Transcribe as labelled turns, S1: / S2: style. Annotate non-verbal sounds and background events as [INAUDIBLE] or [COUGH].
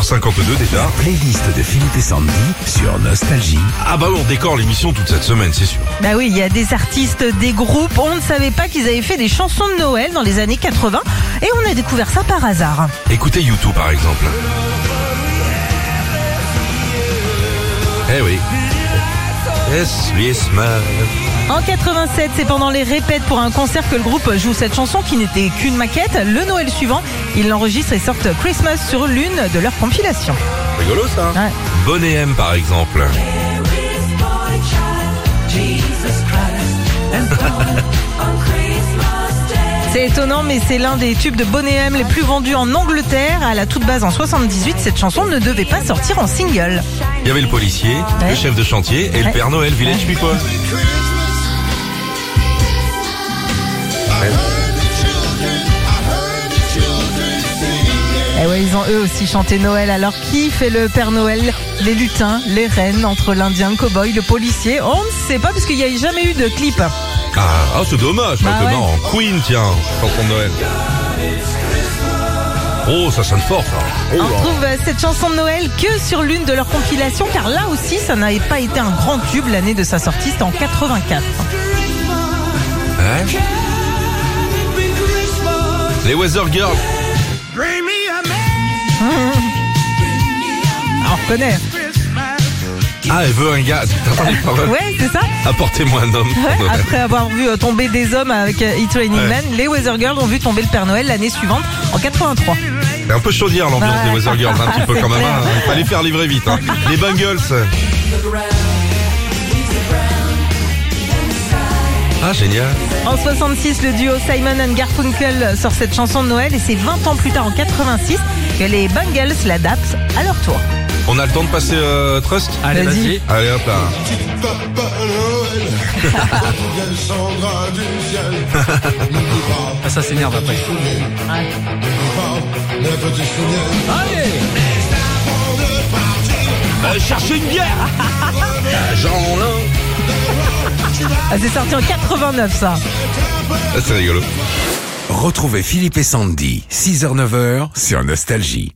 S1: 7h52 déjà.
S2: Playlist de Philippe et Sandy sur Nostalgie.
S1: Ah bah oui, on décore l'émission toute cette semaine, c'est sûr.
S3: Bah oui, il y a des artistes, des groupes. On ne savait pas qu'ils avaient fait des chansons de Noël dans les années 80 et on a découvert ça par hasard.
S1: Écoutez YouTube par exemple. Eh oui. Yes, yes, ma-
S3: En 87, c'est pendant les répètes pour un concert que le groupe joue cette chanson qui n'était qu'une maquette. Le Noël suivant, ils l'enregistrent et sortent Christmas sur l'une de leurs compilations.
S1: Rigolo ça. hein
S3: Ouais.
S1: Bonnet M par exemple.
S3: C'est étonnant, mais c'est l'un des tubes de Boney M les plus vendus en Angleterre. À la toute base en 78, cette chanson ne devait pas sortir en single.
S1: Il y avait le policier, le
S3: Ouais.
S1: chef de chantier et le
S3: Ouais.
S1: Père Noël Village People.
S3: Eh ouais, ils ont eux aussi chanté Noël. Alors qui fait le Père Noël Les lutins, les rennes, entre l'Indien, le cow-boy, le policier. On ne sait pas parce qu'il n'y a jamais eu de clip.
S1: Ah, ah, c'est dommage,
S3: Bah
S1: maintenant
S3: ouais.
S1: en Queen tiens, chanson de Noël. Oh, ça sonne fort ça. Oh là.
S3: On retrouve euh, cette chanson de Noël que sur l'une de leurs compilations, car là aussi, ça n'avait pas été un grand tube l'année de sa sortie, c'était en 84.
S1: Hein Les Weather Girls.
S4: Bring me a Merry
S3: Ah, On reconnaît.
S4: Christmas.
S1: Ah, elle veut un gars. [LAUGHS] T'as entendu parler
S3: Ouais, c'est ça.
S1: Apportez-moi un homme.
S3: Ouais,
S1: pour Noël.
S3: après avoir vu euh, tomber des hommes avec euh, It's Raining
S1: Ouais.
S3: Men, les Weather Girls ont vu tomber le Père Noël l'année suivante, en 83.
S1: C'est un peu chaudière l'ambiance
S3: Ouais.
S1: des Weather Girls, un petit peu quand même.
S3: clair.
S1: hein. Il fallait faire livrer vite. hein. Les Bungles. Ah, génial.
S3: En 66, le duo Simon and Garfunkel sort cette chanson de Noël et c'est 20 ans plus tard, en 86, que les Bengals l'adaptent à leur tour.
S1: On a le temps de passer euh, Trust
S3: Allez, Vas-y. vas-y.
S1: Allez, hop là.
S5: Ah, ça s'énerve après.
S1: chercher une bière Jean Lin
S3: Ah, c'est sorti en 89, ça.
S1: Ah, C'est rigolo.
S2: Retrouvez Philippe et Sandy, 6h-9h sur Nostalgie.